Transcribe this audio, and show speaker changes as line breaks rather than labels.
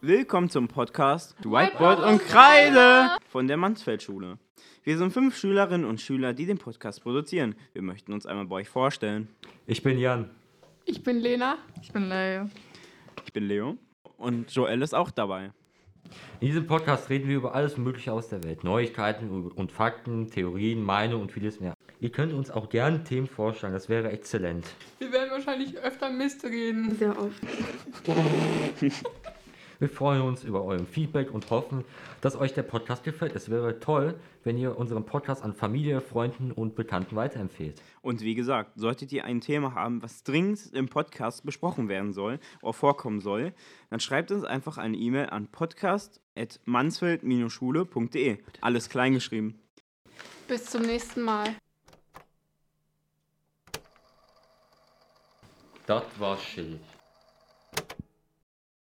Willkommen zum Podcast Whiteboard und Kreide von der Mansfeld-Schule. Wir sind fünf Schülerinnen und Schüler, die den Podcast produzieren. Wir möchten uns einmal bei euch vorstellen.
Ich bin Jan.
Ich bin Lena.
Ich bin Leo.
Ich bin Leo und Joel ist auch dabei.
In diesem Podcast reden wir über alles Mögliche aus der Welt. Neuigkeiten und Fakten, Theorien, Meinungen und vieles mehr. Ihr könnt uns auch gerne Themen vorschlagen, das wäre exzellent.
Wir werden wahrscheinlich öfter Mist reden.
Sehr oft.
Wir freuen uns über euren Feedback und hoffen, dass euch der Podcast gefällt. Es wäre toll, wenn ihr unseren Podcast an Familie, Freunden und Bekannten weiterempfehlt.
Und wie gesagt, solltet ihr ein Thema haben, was dringend im Podcast besprochen werden soll oder vorkommen soll, dann schreibt uns einfach eine E-Mail an podcast.mansfeld-schule.de. Alles kleingeschrieben.
Bis zum nächsten Mal.
Das war chillig.